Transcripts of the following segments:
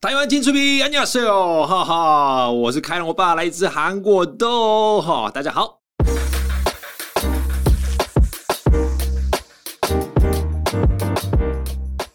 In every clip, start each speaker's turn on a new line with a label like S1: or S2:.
S1: 台湾金出兵，安家睡哦，哈哈，我是开龙爸，来自韩国的哦哈，大家 好。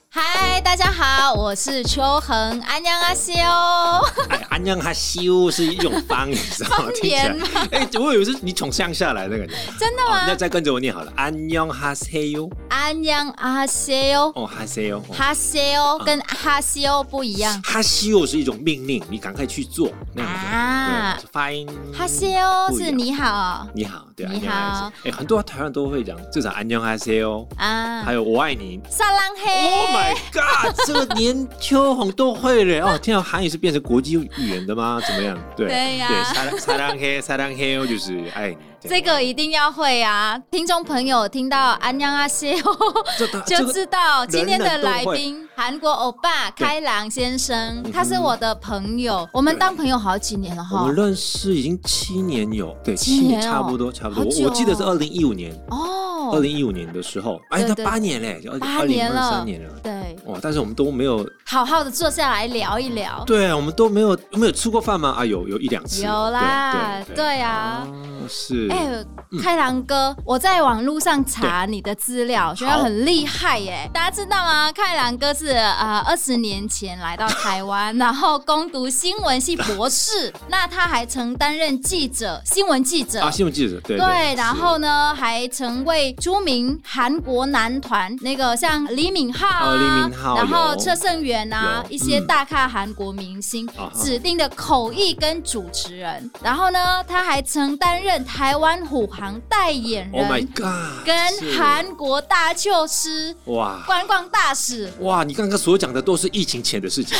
S2: 嗨，大家好，我是秋恒，安阳阿西哦。
S1: 哎，安阳哈修是一种方，你知道吗？
S2: 方
S1: 听起来
S2: 言吗，啊
S1: 哎，我以为是你从乡下来的感觉。
S2: 真的
S1: 哦好，那
S2: 吗？
S1: 再跟着我念好了，安阳哈修，
S2: 安阳阿西哦，
S1: 哦哈修，哦
S2: 哈西哦，跟哈西哦不一样。
S1: 哈修是一种命令，你赶快去做那样的。
S2: 啊
S1: 对，发音
S2: 哈西哦
S1: 不一样
S2: 是你好
S1: 你好，对，
S2: 你好
S1: 安녕하세哎，很多台湾都会讲，至少安녕하세요，
S2: 啊
S1: 还，有我爱你。
S2: 撒浪
S1: Oh my
S2: 嘿
S1: god！这 个连秋红都会了哦。天啊，韩语是变成国际语言的吗？怎么样？对
S2: 对呀
S1: 对，撒浪撒浪嘿，撒浪嘿哦，就是爱你。
S2: 这个一定要会啊！听众朋友听到安阳阿西 哦，
S1: 这个
S2: 就知道
S1: 这个
S2: 今天的
S1: 人人都
S2: 来
S1: 会
S2: 宾韩国欧巴开朗先生
S1: 哼，
S2: 他是我的朋友，我们
S1: 对
S2: 当朋友好几年了
S1: 我
S2: 哈
S1: 们。认识已经七年有，对，
S2: 七
S1: 七年
S2: 年哦
S1: 差不多差不多。
S2: 好久
S1: 我我记得是
S2: 哦
S1: 二零一五年，
S2: 哦
S1: 二，零一五年的时候，哎，
S2: 对
S1: 那
S2: 对
S1: 八年嘞，就二
S2: 八
S1: 零
S2: 年
S1: 二
S2: 了
S1: 三年了。
S2: 对，
S1: 哇！但是我们都没有，
S2: 好好的坐下来聊一聊。
S1: 对啊我们都没有没有吃过饭吗？啊，有有一两次，
S2: 有啦，
S1: 对对对
S2: 对啊。
S1: 哦是，
S2: 哎、开朗哥，我在网络上查你的资料，觉得很厉害耶、大家知道吗？开朗哥是呃二十年前来到 台湾，然后攻读新闻系博士，那他还曾担任记者，新闻记者。
S1: 啊，新闻记者，对
S2: 对，然
S1: 是
S2: 后呢，还曾为著名韩国男团那个像李敏镐啊，
S1: 哦李敏镐
S2: 然后
S1: 有
S2: 车胜元啊
S1: 有
S2: 一些
S1: 嗯
S2: 大咖韩国明星
S1: 啊哈
S2: 指定的口译跟主持人。然后呢，他还曾担任台湾虎航代言
S1: Oh my
S2: 人，
S1: God！
S2: 跟
S1: 是
S2: 韩国大邱师
S1: 哇
S2: 观光大使。
S1: 哇，你刚刚所讲的都是疫情前的事情，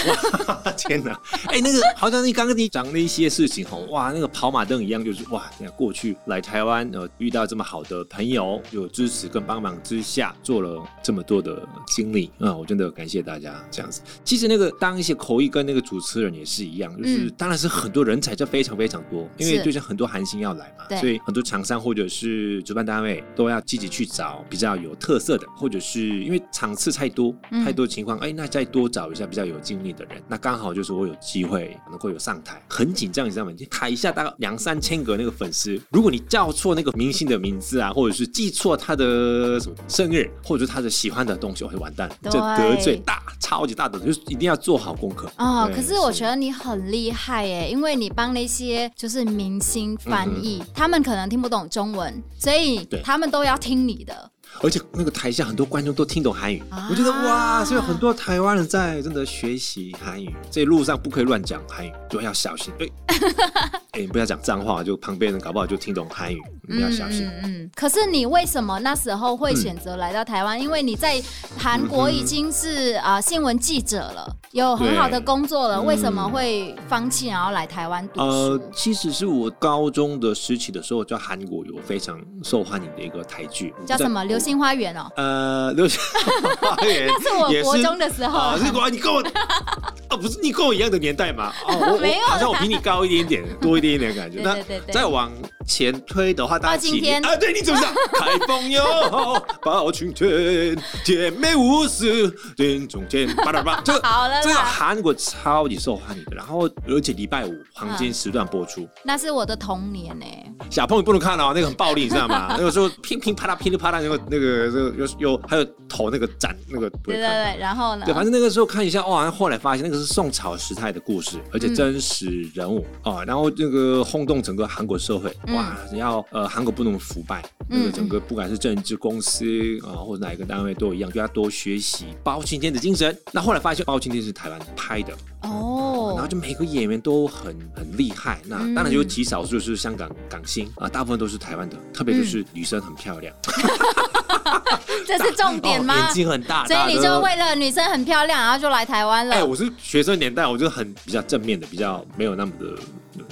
S1: 哇 天哪！哎、那个好像你刚刚你讲那一些事情哦，哇，那个跑马灯一样，就是哇，你看过去来台湾呃遇到这么好的朋友，有支持跟帮忙之下，做了这么多的经历，嗯，我真的感谢大家这样子。其实那个当一些口译跟那个主持人也是一样，就是、
S2: 嗯
S1: 当然是很多人才，这非常非常多，因为
S2: 是
S1: 最近很多韩星要来嘛，
S2: 对
S1: 所以。很多厂商或者是主办单位都要积极去找比较有特色的，或者是因为场次太多，
S2: 嗯
S1: 太多情况，哎、那再多找一下比较有经历的人。那刚好就是我有机会能够有上台，很紧张，你知道吗？你台下大概两三千个那个粉丝，如果你叫错那个明星的名字啊，或者是记错他的什么生日，或者是他的喜欢的东西，我就完蛋了，
S2: 对
S1: 这得罪大超级大的，就是一定要做好功课。
S2: 哦，
S1: 对
S2: 可是我觉得你很厉害耶，因为你帮那些就是明星翻译，他们可能听不懂中文，所以
S1: 嗯对
S2: 他们都要听你的。
S1: 而且那个台下很多观众都听懂韩语，
S2: 啊
S1: 我觉得哇，所以很多台湾人在真的学习韩语，这一路上不可以乱讲韩语，都要小心。 对，哎、你不要讲脏话，就旁边人搞不好就听懂韩语，你要小心。
S2: 嗯嗯。可是你为什么那时候会选择来到台湾？因为你在韩国已经是啊、呃新闻记者了，有很好的工作了，
S1: 嗯
S2: 为什么会放弃然后来台湾读
S1: 呃
S2: 书？，
S1: 其实是我高中的时期的时候，在韩国有非常受欢迎的一个台剧，
S2: 叫什么《流？星花园》哦，
S1: 呃，流 星花园
S2: 是我
S1: 也
S2: 国中的时候。
S1: 啊，是 哇，你跟我啊，不是你跟我一样的年代嘛？哦，我我
S2: 没有啦
S1: 好像我比你高一点点，多一点点的感觉。
S2: 对
S1: 那
S2: 对对对
S1: 再往前推的话，大家
S2: 包青
S1: 起
S2: 天
S1: 啊，对你怎么知道？开封 哟，包青天，姐妹无私，人中间，巴拉巴拉，这个。
S2: 好了
S1: 这个
S2: 啦，
S1: 韩国超级受欢迎的，然后而且礼拜五黄金时段播出，
S2: 那是我的童年呢、欸
S1: 小朋友不能看哦，那个很暴力，你知道 吗？那个时候噼噼啪啦噼里啪啦，那个那个那个又又还有头那个斩那个不
S2: 对
S1: 会
S2: 对
S1: 看。
S2: 对，然后呢？
S1: 对，反正那个时候看一下，哇，后来发现那个是宋朝时代的故事，而
S2: 嗯
S1: 且真实人物啊、哦然后那个轰动整个韩国社会，
S2: 嗯
S1: 哇，只要呃韩国不能腐败，那个整个不管是政治公司啊、或者哪一个单位都一样，就要多学习包青天的精神。那后来发现包青天是台湾拍的，然后
S2: 哦，
S1: 就每个演员都很很厉害，那
S2: 嗯
S1: 当然有极少数就是香港港星啊，大部分都是台湾的，特别就是
S2: 嗯
S1: 女生很漂亮，
S2: 这是重点
S1: 哦
S2: 吗
S1: 眼？睛很大
S2: 所
S1: 大的，
S2: 以你就为了女生很漂亮，然后就来台湾
S1: 哎、
S2: 了。
S1: 我是学生年代，我就很比较正面的，比较没有那么的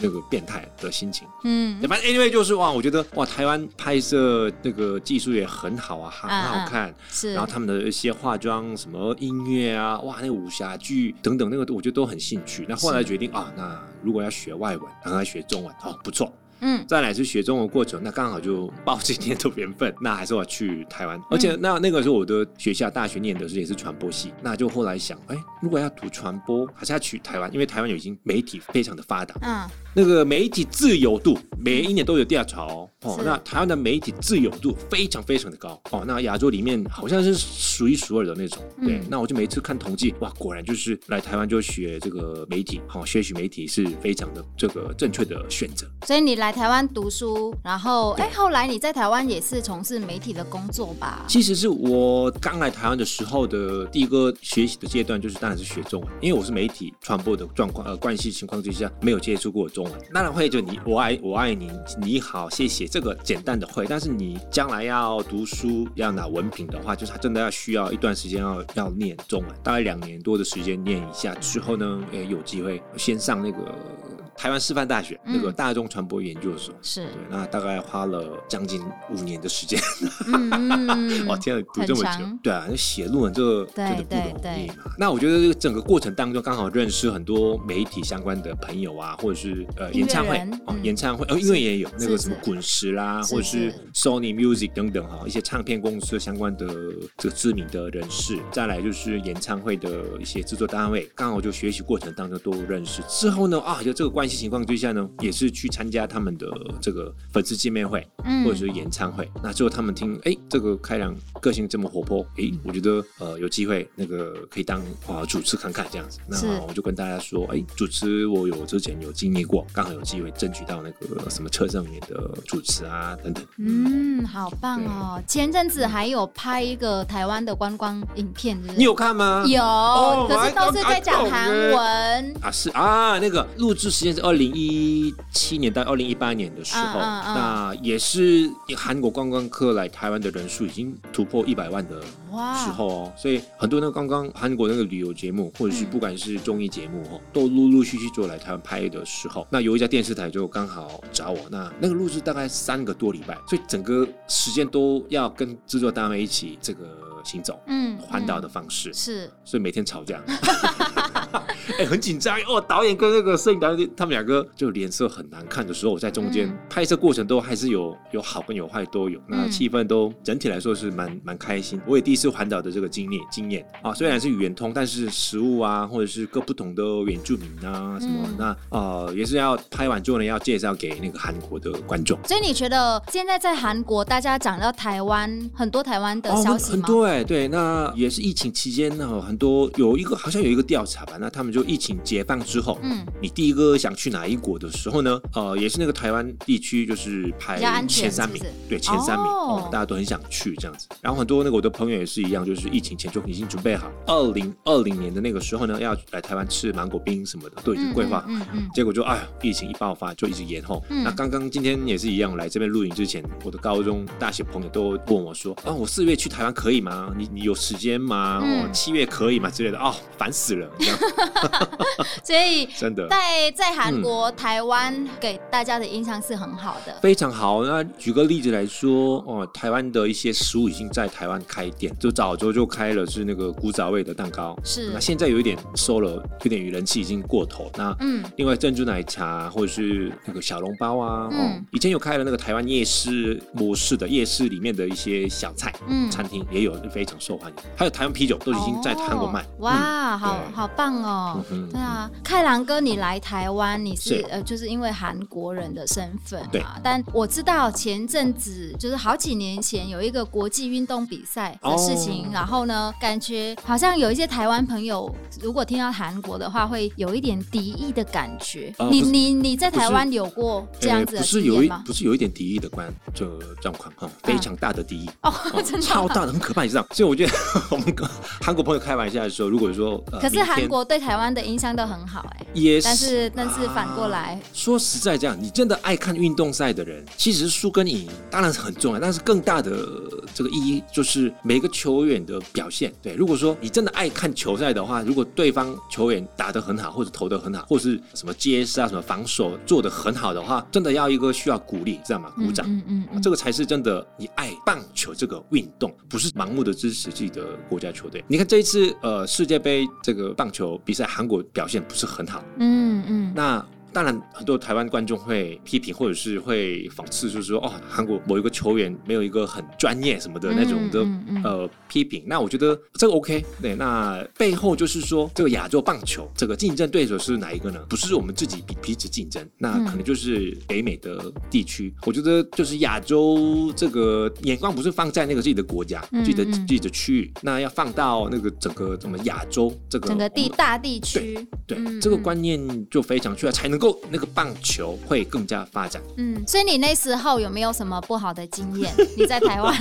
S1: 那个变态的心情。
S2: 嗯，
S1: 反正 anyway 就是哇，我觉得哇，台湾拍摄那个技术也很好啊，很好看。
S2: 嗯是
S1: 然后他们的一些化妆、什么音乐啊，哇，那个武侠剧等等，那个我觉得都很兴趣。那后来决定啊，那如果要学外文，然后来学中文，哦，不错。
S2: 嗯，
S1: 再来是学中文过程，那刚好就抱今天的缘分， 那还是我去台湾。而
S2: 嗯
S1: 且那那个时候我的学校大学念的是也是传播系，那就后来想，哎，如果要读传播，还是要去台湾，因为台湾有已经媒体非常的发达，
S2: 嗯，
S1: 那个媒体自由度每一年都有调查哦。哦
S2: 嗯是
S1: 那台湾的媒体自由度非常非常的高哦，那亚洲里面好像是数一数二的那种。对，
S2: 嗯
S1: 那我就每次看统计，哇，果然就是来台湾就学这个媒体，好、哦，学习媒体是非常的这个正确的选择。
S2: 所以你来台湾读书，然后哎、后来你在台湾也是从事媒体的工作吧？
S1: 其实是我刚来台湾的时候的第一个学习的阶段，就是当然是学中文，因为我是媒体传播的状况呃关系情况之下没有接触过中文，当然会就你我爱我爱你你好谢谢这个简单的会，但是你将来要读书要拿文凭的话，就是它真的要需要一段时间要要念中文，大概两年多的时间念一下之后呢，诶有机会先上那个台湾师范大学、那个
S2: 嗯
S1: 大众传播研究所。
S2: 是
S1: 对，，那大概花了将近五年的时间，
S2: 嗯嗯 嗯
S1: 哇，
S2: 嗯，
S1: 天啊，读
S2: 很
S1: 这么久
S2: 长，
S1: 对啊，那写论文这个
S2: 对
S1: 真的不
S2: 对
S1: 容易
S2: 对
S1: 嘛。那我觉得这个整个过程当中，刚好认识很多媒体相关的朋友啊，或者是呃
S2: 音乐
S1: 演唱会
S2: 人
S1: 哦
S2: 嗯，
S1: 演唱会呃，音乐也有那个
S2: 是
S1: 什么
S2: 是
S1: 滚石啦，
S2: 是
S1: 或者是
S2: 是
S1: Sony Music 等等哈，一些唱片公司相关的这个知名的人士，再来就是演唱会的一些制作单位，刚好就学习过程当中都认识。之后呢，啊，有这个关系情况之下呢，也是去参加他们的这个粉丝见面会，
S2: 嗯
S1: 或者是演唱会。那最后他们听，哎、这个开朗个性这么活泼，哎、我觉得呃有机会那个可以当啊、主持看看这样子。那
S2: 是
S1: 我就跟大家说，哎、主持我有之前有经历过，刚好有机会争取到那个什么车上面的主持啊等等。
S2: 嗯，好棒哦！前阵子还有拍一个台湾的观光影片，是不是
S1: 你有看吗？
S2: 有，
S1: 哦
S2: 可
S1: 我还
S2: 是都是在讲韩文。
S1: 啊，是啊，那个录制时间是二零一七年到二零一八年的时候，
S2: 嗯嗯嗯
S1: 那也是韩国观光客来台湾的人数已经突破一百万的时
S2: 哇，
S1: 候哦，所以很多那个刚刚韩国那个旅游节目，或者是
S2: 啊嗯
S1: 不管是综艺节目哦，都陆陆续续做来台湾拍的时候，那有一家电视台就刚好找我，那那个录制大概三个多礼拜，所以整个时间都要跟制作单位一起这个行走。
S2: 嗯
S1: 环岛的
S2: 嗯
S1: 方式，
S2: 是
S1: 所以每天吵架。 哎、很紧张哦！导演跟那个摄影导演，他们两个就脸色很难看的时候，我在中间、
S2: 嗯
S1: 拍摄过程都还是有有好跟有坏都有，那
S2: 嗯
S1: 气氛都整体来说是蛮蛮开心。我也第一次环岛的这个经历经验啊，虽然是语言通，但是食物啊，或者是各不同的原住民啊什么，
S2: 嗯
S1: 那呃也是要拍完之后呢，要介绍给那个韩国的观众。
S2: 所以你觉得现在在韩国，大家讲到台湾，很多台湾的
S1: 哦，
S2: 消
S1: 很
S2: 息
S1: 很
S2: 吗？
S1: 多哎、对，那也是疫情期间呢，很多有一个好像有一个调查吧，那他们就疫情解放之后，
S2: 嗯，
S1: 你第一个想去哪一国的时候呢？呃，也是那个台湾地区，就是排
S2: 比较安全
S1: 前三名，
S2: 是不是
S1: 对，前三名、
S2: 哦
S1: 哦，大家都很想去这样子。然后很多那个我的朋友也是一样，就是疫情前就已经准备好，二零二零年的那个时候呢，要来台湾吃芒果冰什么的，都已经规划好。
S2: 嗯嗯嗯嗯
S1: 结果就哎，疫情一爆发就一直延后。
S2: 嗯
S1: 那刚刚今天也是一样，来这边录影之前，我的高中、大学朋友都问我说：“啊，我四月去台湾可以吗？你你有时间吗？
S2: 嗯
S1: 哦，七月可以吗？”之类的。哦，烦死了，这样
S2: 所以
S1: 真的。
S2: 在在韩国、台湾给大家的印象是很好的。
S1: 非常好。那举个例子来说，哦，台湾的一些食物已经在台湾开店，就早就就开了，是那个古早味的蛋糕。
S2: 是
S1: 那现在有一点收了，有点人气已经过头。那
S2: 嗯
S1: 另外珍珠奶茶或者是那个小笼包啊，哦
S2: 嗯，
S1: 以前有开了那个台湾夜市模式的夜市里面的一些小菜。
S2: 嗯，
S1: 餐厅也有非常受欢迎，还有台湾啤酒都已经在韩国卖。
S2: 哦哇，好
S1: 对
S2: 好棒哦！
S1: 嗯哼
S2: 对啊，开朗哥，你来台湾，你是
S1: 是
S2: 呃，就是因为韩国人的身份
S1: 对
S2: 嘛。但我知道前阵子就是好几年前有一个国际运动比赛的事情，
S1: 哦
S2: 然后呢，感觉好像有一些台湾朋友如果听到韩国的话，会有一点敌意的感觉。
S1: 啊
S2: 你
S1: 不是
S2: 你你在
S1: 不是
S2: 台湾有过这样
S1: 呃
S2: 子的
S1: 不是
S2: 经
S1: 有
S2: 验
S1: 一
S2: 吗？啊
S1: 不是有一点敌意的关这状况哈，非常大的敌意。
S2: 哦，
S1: 哦
S2: 真的
S1: 超
S2: 吗。
S1: 大的，很可怕，你知道？所以我 觉得我们跟韩国朋友开玩笑的时候，如果说呃，
S2: 可是
S1: 明天
S2: 韩国对台湾的印象都很好哎、
S1: 也
S2: 但是但是反过来
S1: 啊说实在这样，你真的爱看运动赛的人，其实输跟赢当然是很重要，但是更大的呃这个意义就是每个球员的表现。对，如果说你真的爱看球赛的话，如果对方球员打得很好，或者投得很好，或是什么接杀、什么防守做得很好的话，真的要一个需要鼓励，知道吗？鼓掌。
S2: 嗯嗯嗯
S1: 啊这个才是真的，你爱棒球这个运动，不是盲目的支持自己的国家球队。你看这一次呃世界杯这个棒球比赛，韩国表现不是很好，
S2: 嗯嗯，
S1: 那当然，很多台湾观众会批评或者是会讽刺，就是说哦，韩国某一个球员没有一个很专业什么的那种的、
S2: 嗯嗯嗯
S1: 呃批评。那我觉得这个 OK。对，那背后就是说，这个亚洲棒球这个竞争对手是哪一个呢？不是我们自己彼彼此竞争，那
S2: 嗯
S1: 可能就是北美的地区。我觉得就是亚洲这个眼光不是放在那个自己的国家、
S2: 嗯
S1: 自己的
S2: 嗯
S1: 自己的区域，那要放到那个整个什么亚洲这个嗯
S2: 整个
S1: 我
S2: 地
S1: 们
S2: 大地区，
S1: 对，
S2: 嗯
S1: 这个观念就非常需要，才能够那个棒球会更加发展。
S2: 嗯，所以你那时候有没有什么不好的经验？你在台湾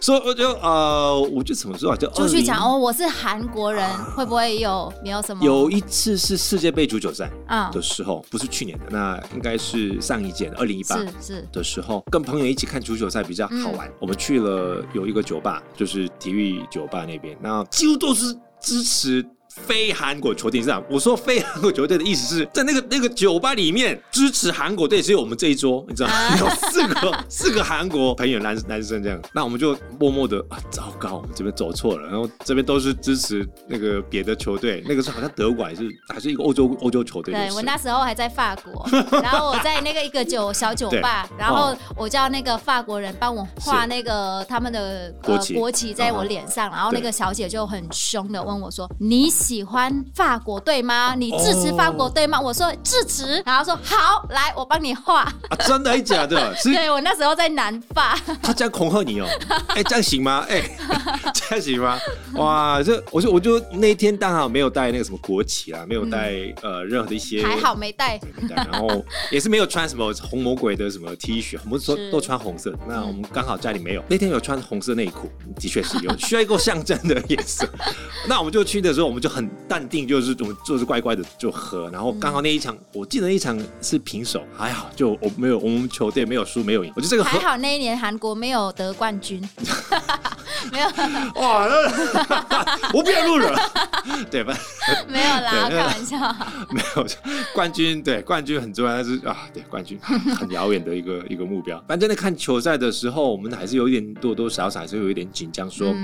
S1: 所以我就呃，我就怎么说啊，就
S2: 就去讲
S1: 20
S2: 哦，我是韩国人，会不会有没有什么
S1: 有一次是世界杯足球赛
S2: 啊？
S1: 的时候，不是去年的，那应该是上一届的二零一八。
S2: 是是，
S1: 的时候，跟朋友一起看足球赛比较好玩。我们去了有一个酒吧，就是体育酒吧那边，那几乎都是支持。非韩国球队这样，我说非韩国球队的意思是在那个那个酒吧里面支持韩国队，只有我们这一桌，你知道吗？有四个四个韩国朋友男男生这样，那我们就默默的啊，糟糕，我们这边走错了，然后这边都是支持那个别的球队，那个是好像德国还是还是一个欧洲欧洲球队，
S2: 对
S1: 就是
S2: 我那时候还在法 国，然后我在那个一个酒小酒吧，然后我叫那个法国人帮我画
S1: 是
S2: 那个他们的呃
S1: 国旗
S2: 国旗在我
S1: 嗯哼
S2: 脸上，然后
S1: 对
S2: 那个小姐就很凶的问我说：“你喜欢法国队吗？你支持法国队
S1: 哦
S2: 吗？”我说：“支持。”然后说：“好，来，我帮 你画。
S1: 啊，真的还假的？”是
S2: 对我那时候在南 法，
S1: 他这样恐吓你哦、 哎、这样行吗？哎、 这样行吗？哇，这我就我就那一天刚好没有带那个什么国旗啊，没有带、呃任何的一些，
S2: 嗯还好没 带。
S1: 没带，然后也是没有穿什么红魔鬼的什么 T 恤，我们都
S2: 是
S1: 都穿红色的。那我们刚好家里没有，那天有穿红色内裤，的确是有 需要一个象征的颜色。那我们就去的时候，我们就很淡定，就是我们就是乖乖的就喝。然后刚好那一场，我记得那一场是平手，还好就我没有我们球队没有输没有赢，我觉得这个
S2: 还
S1: 很
S2: 好那一年韩国没有得冠军， 没 有
S1: 哇，那 我不要录了，对吧？
S2: 没有啦，
S1: 对
S2: 开玩笑。
S1: 没有冠军，对冠军很重要，但是啊，对冠军很遥远的一个 一个目标。反正在看球赛的时候，我们还是有一点多多少少还是有一点紧张，说啊、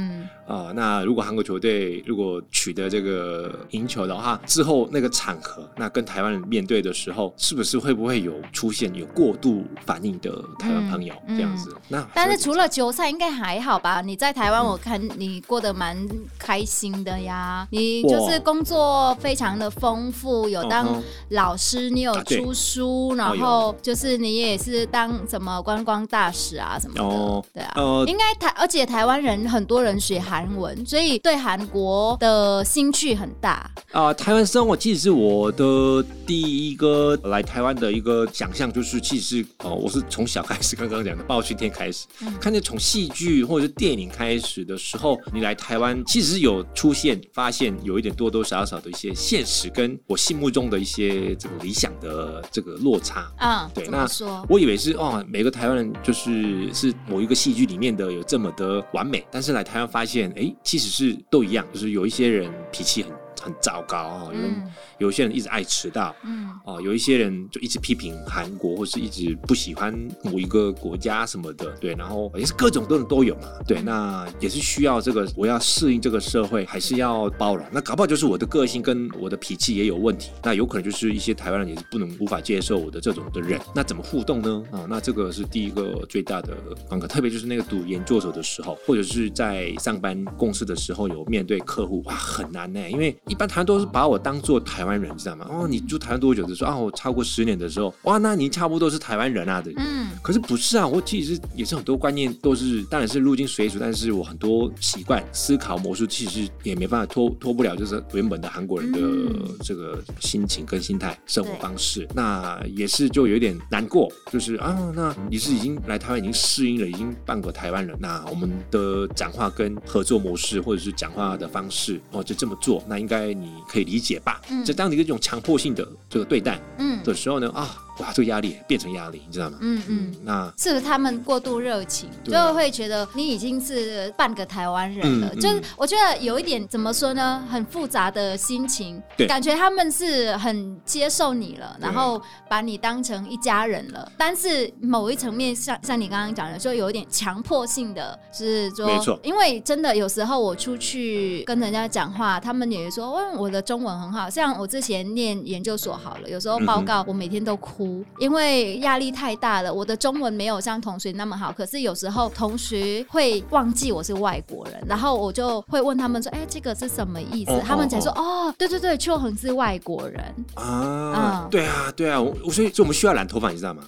S2: 嗯，
S1: 那如果韩国球队如果取得这个赢球的话，之后那个场合，那跟台湾人面对的时候，是不是会不会有出现有过度反应的台湾朋友、
S2: 嗯
S1: 这样子？那
S2: 但是
S1: 所以
S2: 除了球赛，应该还好吧？你在台湾，我看你过得蛮开心的呀。你就是
S1: 哇
S2: 工作非常的丰富，有
S1: 嗯
S2: 当
S1: 哼
S2: 老师，你有
S1: 啊对
S2: 出书，
S1: 哦
S2: 然
S1: 有
S2: 后就是你也是当什么观光大使啊什么的
S1: 哦，
S2: 对啊。
S1: 呃，
S2: 应该台，而且台湾人很多人学韩文，所以对韩国的兴趣很大。
S1: 啊、台湾生活其实是我的第一个来台湾的一个想象，就是其实是呃，我是从小开始，刚刚讲的暴训天开始，
S2: 嗯
S1: 看见从戏剧或者是电影开始的时候，你来台湾其实是有出现发现有一点多多少少的一些现实，跟我心目中的一些这个理想的这个落差。
S2: 嗯，
S1: 对
S2: 怎么
S1: 那
S2: 说？
S1: 我以为是哦，每个台湾人就是是某一个戏剧里面的有这么的完美，但是来台湾发现，哎，其实是都一样，就是有一些人脾气很很糟糕哦，有人、
S2: 嗯
S1: 有些人一直爱迟到。
S2: 嗯
S1: 哦，有一些人就一直批评韩国，或是一直不喜欢某一个国家什么的，对，然后哦也是各种各种都有嘛，对，那也是需要这个，我要适应这个社会，还是要包容。那搞不好就是我的个性跟我的脾气也有问题，那有可能就是一些台湾人也是不能无法接受我的这种的人，那怎么互动呢？啊、那这个是第一个最大的关卡，特别就是那个读研究所的时候，或者是在上班公司的时候有面对客户，哇，很难呢、因为一般台湾都是把我当做台湾人，知道吗？哦，你住台湾多久的时候啊，我超过十年的时候，哇，那你差不多是台湾人啊的。
S2: 嗯
S1: 可是不是啊，我其实也是很多观念都是，当然是入境随俗，但是我很多习惯、思考模式其实也没办法脱脱不了，就是原本的韩国人的
S2: 嗯
S1: 这个心情跟心态、生活
S2: 对
S1: 方式，那也是就有点难过，就是啊，那你是已经来台湾已经适应了，已经半个台湾人，那我们的讲话跟合作模式或者是讲话的方式，哦，就这么做，那应该你可以理解吧
S2: 嗯？
S1: 这当你一种强迫性的这个对待，
S2: 嗯，
S1: 的时候呢，啊，哇，这个压力变成压力，你知道吗？
S2: 嗯嗯，
S1: 那
S2: 是不是他们过度热情，
S1: 对啊
S2: 就会觉得你已经是半个台湾人了？
S1: 嗯嗯
S2: 就是我觉得有一点怎么说呢，很复杂的心情
S1: 对，
S2: 感觉他们是很接受你了，
S1: 对
S2: 然后把你当成一家人了。但是某一层面，像像你刚刚讲的，就有一点强迫性的，就是说，
S1: 没错
S2: 因为真的有时候我出去跟人家讲话，他们也说，嗯，我的中文很好。像我之前念研究所好了，有时候
S1: 嗯哼
S2: 报告我每天都哭，因为压力太大了。我的中文没有像同学那么好，可是有时候同学会忘记我是外国人，然后我就会问他们说，哎、这个是什么意思？
S1: 哦
S2: 他们才说，哦，对对对，邱恒是外国人。
S1: 啊
S2: 嗯，
S1: 对啊，对啊，我我所以所以我们需要染头发，你知 道吗？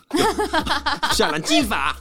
S1: 需要染金发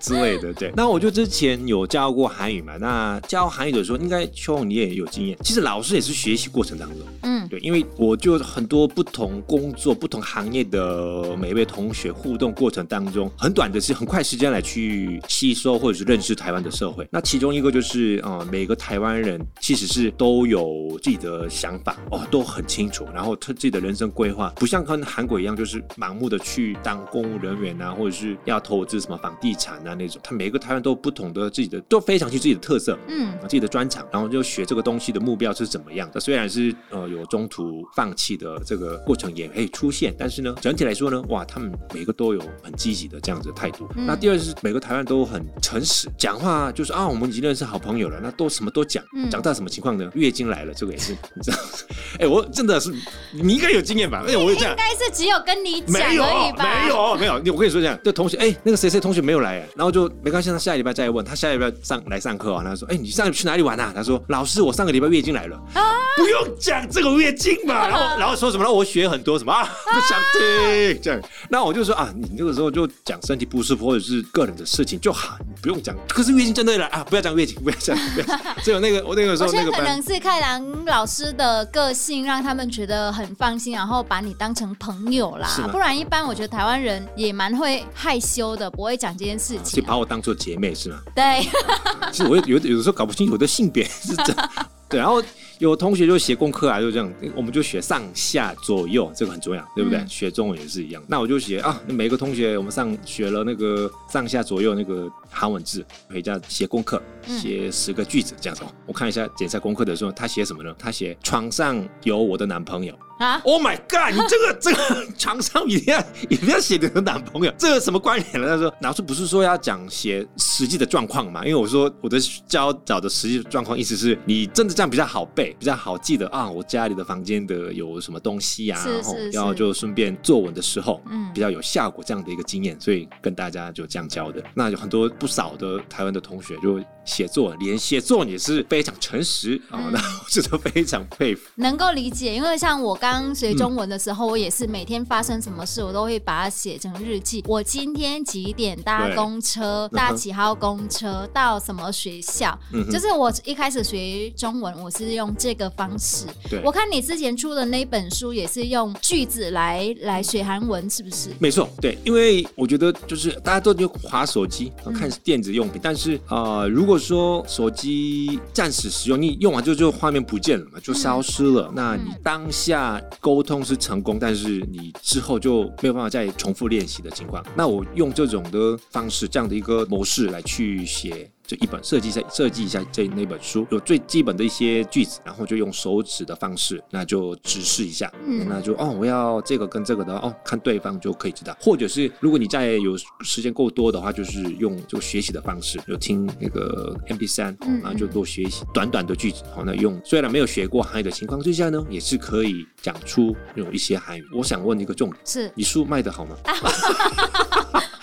S1: 之类的。对，那我就之前有教过韩语嘛，那教韩语的时候，应该秋红你也有经验。其实老师也是学习过程当中，
S2: 嗯
S1: 对，因为我就很多不同工作、不同行业的每一位同学互动过程当中，很短的是很快时间来去吸收或者是认识台湾的社会。那其中一个就是，呃，每个台湾人其实是都有自己的想法哦，都很清楚，然后他自己的人生规划，不像跟韩国一样就是盲目的去当公务人员啊，或者是要投资什么房地产啊那种。他每一个台湾都有不同的自己的，都非常具自己的特色。
S2: 嗯
S1: 啊自己的专长，然后就学这个东西的目标是怎么样的。虽然是呃有中途放弃的这个过程也会出现，但是呢，整体来说呢，哇，他们每个都有很积极的这样子的态度。
S2: 嗯
S1: 那第二是每个台湾都很诚实，讲话就是啊，我们已经认识好朋友了，那都什么都讲。
S2: 嗯
S1: 讲到什么情况呢？月经来了，这个也是，你知道？ 哎，我真的是你应该有经验吧？哎，我也这样
S2: 应。该是只有跟你讲
S1: 没有，
S2: 而已吧？
S1: 没有，没有。你我跟你说这样，这同学，哎、那个谁谁同学没有来，哎然后就没关系，他下礼拜再问，他下礼拜上来上课啊。他说，哎、你上礼拜去哪里玩啊？他说，老师，我上个礼拜月经来了。
S2: 啊
S1: 不用讲这个月经嘛，然后然后说什么？然后我学很多什么啊？不想听这样。那我就说啊，你这个时候就讲身体不舒服或者是个人的事情就好，你不用讲。可是月经真的来啊，不要讲月经，不要讲。不要讲只有那个我那个时
S2: 我
S1: 候那
S2: 觉
S1: 个
S2: 得可
S1: 班
S2: 能。是开朗老师的个性让他们觉得很放心，然后把你当成朋友啦
S1: 是吗。
S2: 不然一般我觉得台湾人也蛮会害羞的，不会讲这件事
S1: 就
S2: 情啊、
S1: 把我当做姐妹是吗？
S2: 对，
S1: 其实我有有有的时候搞不清楚我的性别是这样， 对，然后有同学就写功课啊，就这样，我们就写上下左右，这个很重要，对不对？
S2: 嗯
S1: 学中文也是一样。那我就写啊，每个同学我们上学了那个上下左右那个韩文字，回家写功课，
S2: 嗯
S1: 写十个句子这样子。我看一下检查功课的时候，他写什么呢？他写床上有我的男朋友。
S2: 啊，
S1: Oh my god！你这个这个床上一定要一定要写你的男朋友，这有什么关联呢？他说老师不是说要讲写实际的状况嘛？因为我说我的教导的实际状况，意思是你真的这样比较好背，比较好记得啊。我家里的房间的有什么东西呀、啊？
S2: 是是是
S1: 然后就顺便作文的时候，
S2: 嗯
S1: 比较有效果这样的一个经验，所以跟大家就这样教的。那有很多不少的台湾的同学就写作文，连写作文也是非常诚实啊、
S2: 嗯
S1: 那我觉得非常佩服。
S2: 能够理解，因为像我刚学中文的时候，我也是每天发生什么事，我都会把它写成日记。我今天几点
S1: 嗯
S2: 搭
S1: 对
S2: 公车，搭几号公车，到什么学校，
S1: 嗯哼
S2: 就是我一开始学中文，我是用这个方式。
S1: 对
S2: 我看你之前出的那本书也是用句子来来学韩文，是不是？
S1: 没错，对，因为我觉得就是大家都就划手机、呃看电子用品，但是呃，如果说手机暂时使用，你用完之后就画面不见了嘛，就消失了。那你当下沟通是成功，但是你之后就没有办法再重复练习的情况。那我用这种的方式，这样的一个模式来去写这一本设计一下设计一下这那本书，有最基本的一些句子，然后就用手指的方式，那就指示一下，
S2: 嗯
S1: 那就哦，我要这个跟这个的哦，看对方就可以知道。或者是如果你再有时间够多的话，就是用这个学习的方式，就听那个 MP 三、哦
S2: 嗯，
S1: 然后就多学习短短的句子，哦好、那用虽然没有学过韩语的情况之下呢，也是可以讲出有一些韩语。我想问一个重点，
S2: 是
S1: 你书卖的好吗？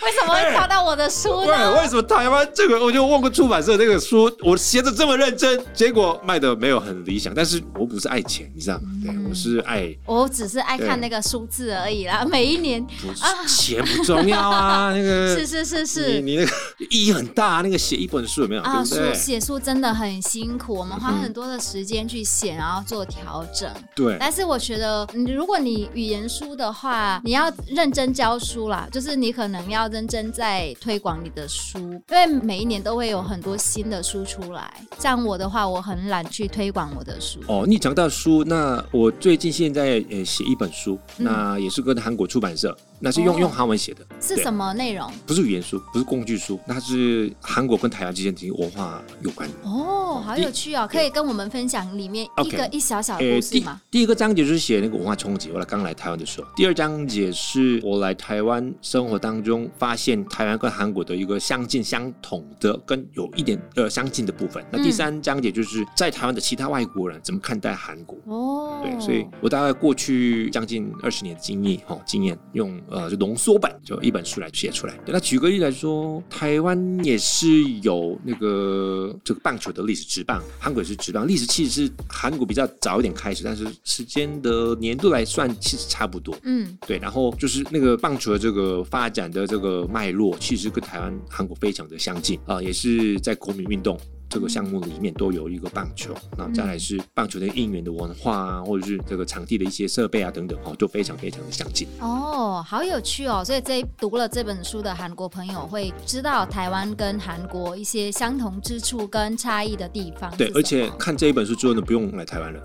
S2: 为什么会跳到我的书呢？
S1: 对，为什么台湾这个？我就问过出版社那个书，我写的这么认真，结果卖的没有很理想。但是我不是爱钱，你知道吗？
S2: 嗯
S1: 对，我是爱
S2: 我只是爱看那个数字而已啦，每一年
S1: 不是钱不重要 啊，那个
S2: 是是是
S1: 你
S2: 是。
S1: 你那个意义很大，那个写一本书有没有？
S2: 啊，
S1: 对不嗯
S2: 书
S1: 对？
S2: 写书真的很辛苦，我们花很多的时间去写，然后做调整。
S1: 对，
S2: 但是我觉得，嗯如果你语言书的话，你要认真教书啦，就是你可能要认真在推广你的书，因为每一年都会有很多新的书出来。像我的话，我很懒去推广我的书。
S1: 哦，你讲到书，那我最近现在呃写一本书，
S2: 嗯
S1: 那也是跟韩国出版社那是用、
S2: 哦
S1: 用韩文写的，
S2: 是
S1: 对
S2: 什么内容？
S1: 不是语言书，不是工具书，那是韩国跟台湾之间的文化有关的。
S2: 哦，好有趣哦！可以跟我们分享里面一
S1: OK
S2: 个一小小的
S1: 诶，
S2: 故事
S1: 第
S2: 吗？
S1: 第一个章节就是写那个文化冲击，我来刚来台湾的时候。第二章节是我来台湾生活当中发现台湾跟韩国的一个相近相同的跟有一点呃相近的部分。那第三章节就是在台湾的其他外国人怎么看待韩国。
S2: 哦，
S1: 对，所以我大概过去将近二十年的经历，哈，经验用呃就浓缩版，就一本书来写出来。对那举个例来说，台湾也是有那个这个棒球的历史，职棒，韩国也是职棒，历史其实是韩国比较早一点开始，但是时间的年度来算其实差不多。
S2: 嗯，
S1: 对，然后就是那个棒球的这个发展的这个脉络，其实跟台湾、韩国非常的相近啊、也是在国民运动。这个项目里面都有一个棒球，那再
S2: 嗯
S1: 来是棒球的应援的文化啊，或者是这个场地的一些设备啊等等，哦，都非常非常的相近。
S2: 哦，好有趣哦！所以这一读了这本书的韩国朋友会知道台湾跟韩国一些相同之处跟差异的地方是什
S1: 对
S2: 么。，
S1: 而且看这一本书之后呢，不用来台湾 了，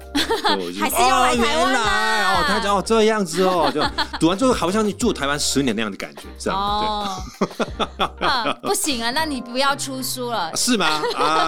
S1: 就已经
S2: 还是要来
S1: 哦
S2: 台湾
S1: 原
S2: 啦
S1: 来哦，他讲哦这样子哦，就读完之后好像你住台湾十年那样的感觉，这样、
S2: 哦， 啊不行啊，那你不要出书了
S1: 对，。是吗？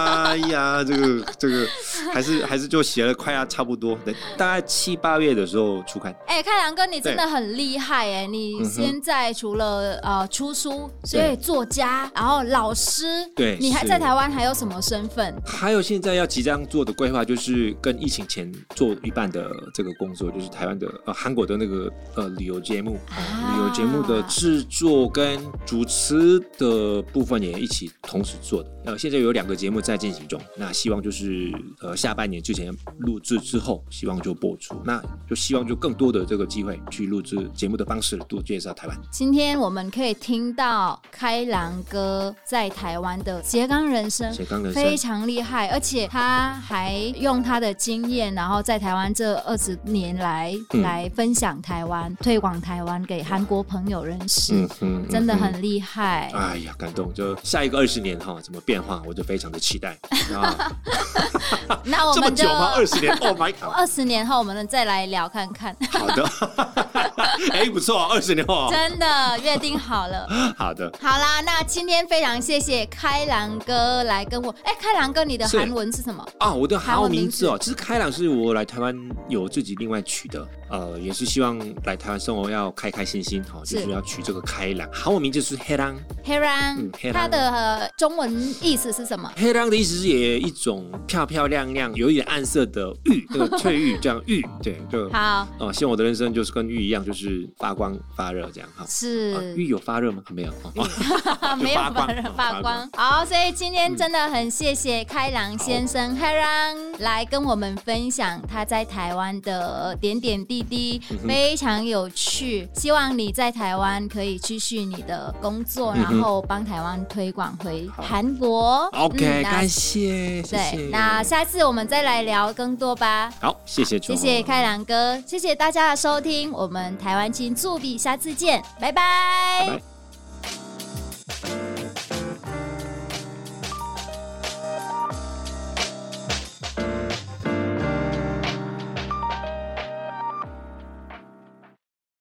S1: 哎呀，这个这个还是还是就写了快要差不多，等大概七八月的时候出刊。
S2: 哎、开朗哥，你真的
S1: 对
S2: 很厉害哎！你
S1: 嗯哼
S2: 现在除了、呃出书，所
S1: 对
S2: 以作家，然后老师，
S1: 对
S2: 你还
S1: 是
S2: 在台湾还有什么身份？
S1: 还有现在要即将做的规划，就是跟疫情前做一半的这个工作，就是台湾的呃韩国的那个呃旅游节目，
S2: 啊
S1: 旅游嗯节目的制作跟主持的部分也一起同时做的。呃，现在有两个节目在进行中，那希望就是呃下半年之前录制之后，希望就播出。那就希望就更多的这个机会去录制节目的方式，多介绍台湾。
S2: 今天我们可以听到开朗哥在台湾的斜杠人生。
S1: 斜杠人生
S2: 嗯非常厉害，而且他还用他的经验，然后在台湾这二十年来、
S1: 嗯
S2: 来分享台湾、推广台湾给韩国朋友认识，
S1: 嗯哼
S2: 真的
S1: 嗯哼
S2: 很厉害。
S1: 哎呀，感动！就下一个二十年哈，怎么变化，我就非常的期待 啊！
S2: 那我
S1: 这么
S2: 们
S1: 久
S2: 就
S1: 吗？二十年？Oh my god！
S2: 二十年后我们再来聊看看，
S1: 好的， 哎，不错，二十年 后，
S2: 真的约定好了。
S1: 好的，
S2: 好啦，那今天非常谢谢开朗哥来跟我，哎、开朗哥你的
S1: 是
S2: 韩文是什么？
S1: 啊，我的韩文名字哦，其实开朗是我来台湾有自己另外取的，呃，也是希望来台湾生活要开开心心哈、
S2: 是
S1: 就是要取这个开朗。韩文名字是黑浪，
S2: 黑朗、
S1: 嗯黑朗
S2: 它的、呃中文意思是什么？
S1: 黑浪的意思是也一种漂漂亮亮、有一点暗色的 玉，那个翠玉这样玉，对，就
S2: 好，
S1: 哦，希望我的人生就是跟玉一样，就是发光发热这样哈。啊
S2: 是、
S1: 玉有发热吗？没有。哦
S2: 没有
S1: 发光
S2: 把人发
S1: 发光
S2: 光。好，所以今天真的很谢谢开朗先生 h e r a
S1: 嗯
S2: n 来跟我们分享他在台湾的点点滴滴，
S1: 嗯
S2: 非常有趣。希望你在台湾可以继续你的工作，
S1: 嗯哼
S2: 然后帮台湾推广回韩国。
S1: OK，
S2: 嗯那
S1: 感谢，谢
S2: 对
S1: 谢。，
S2: 那下次我们再来聊更多吧。
S1: 好，谢谢
S2: 谢
S1: 钟，
S2: 谢开朗哥，谢谢大家的收听，我们台湾青驻比，下次见，拜拜
S1: 拜拜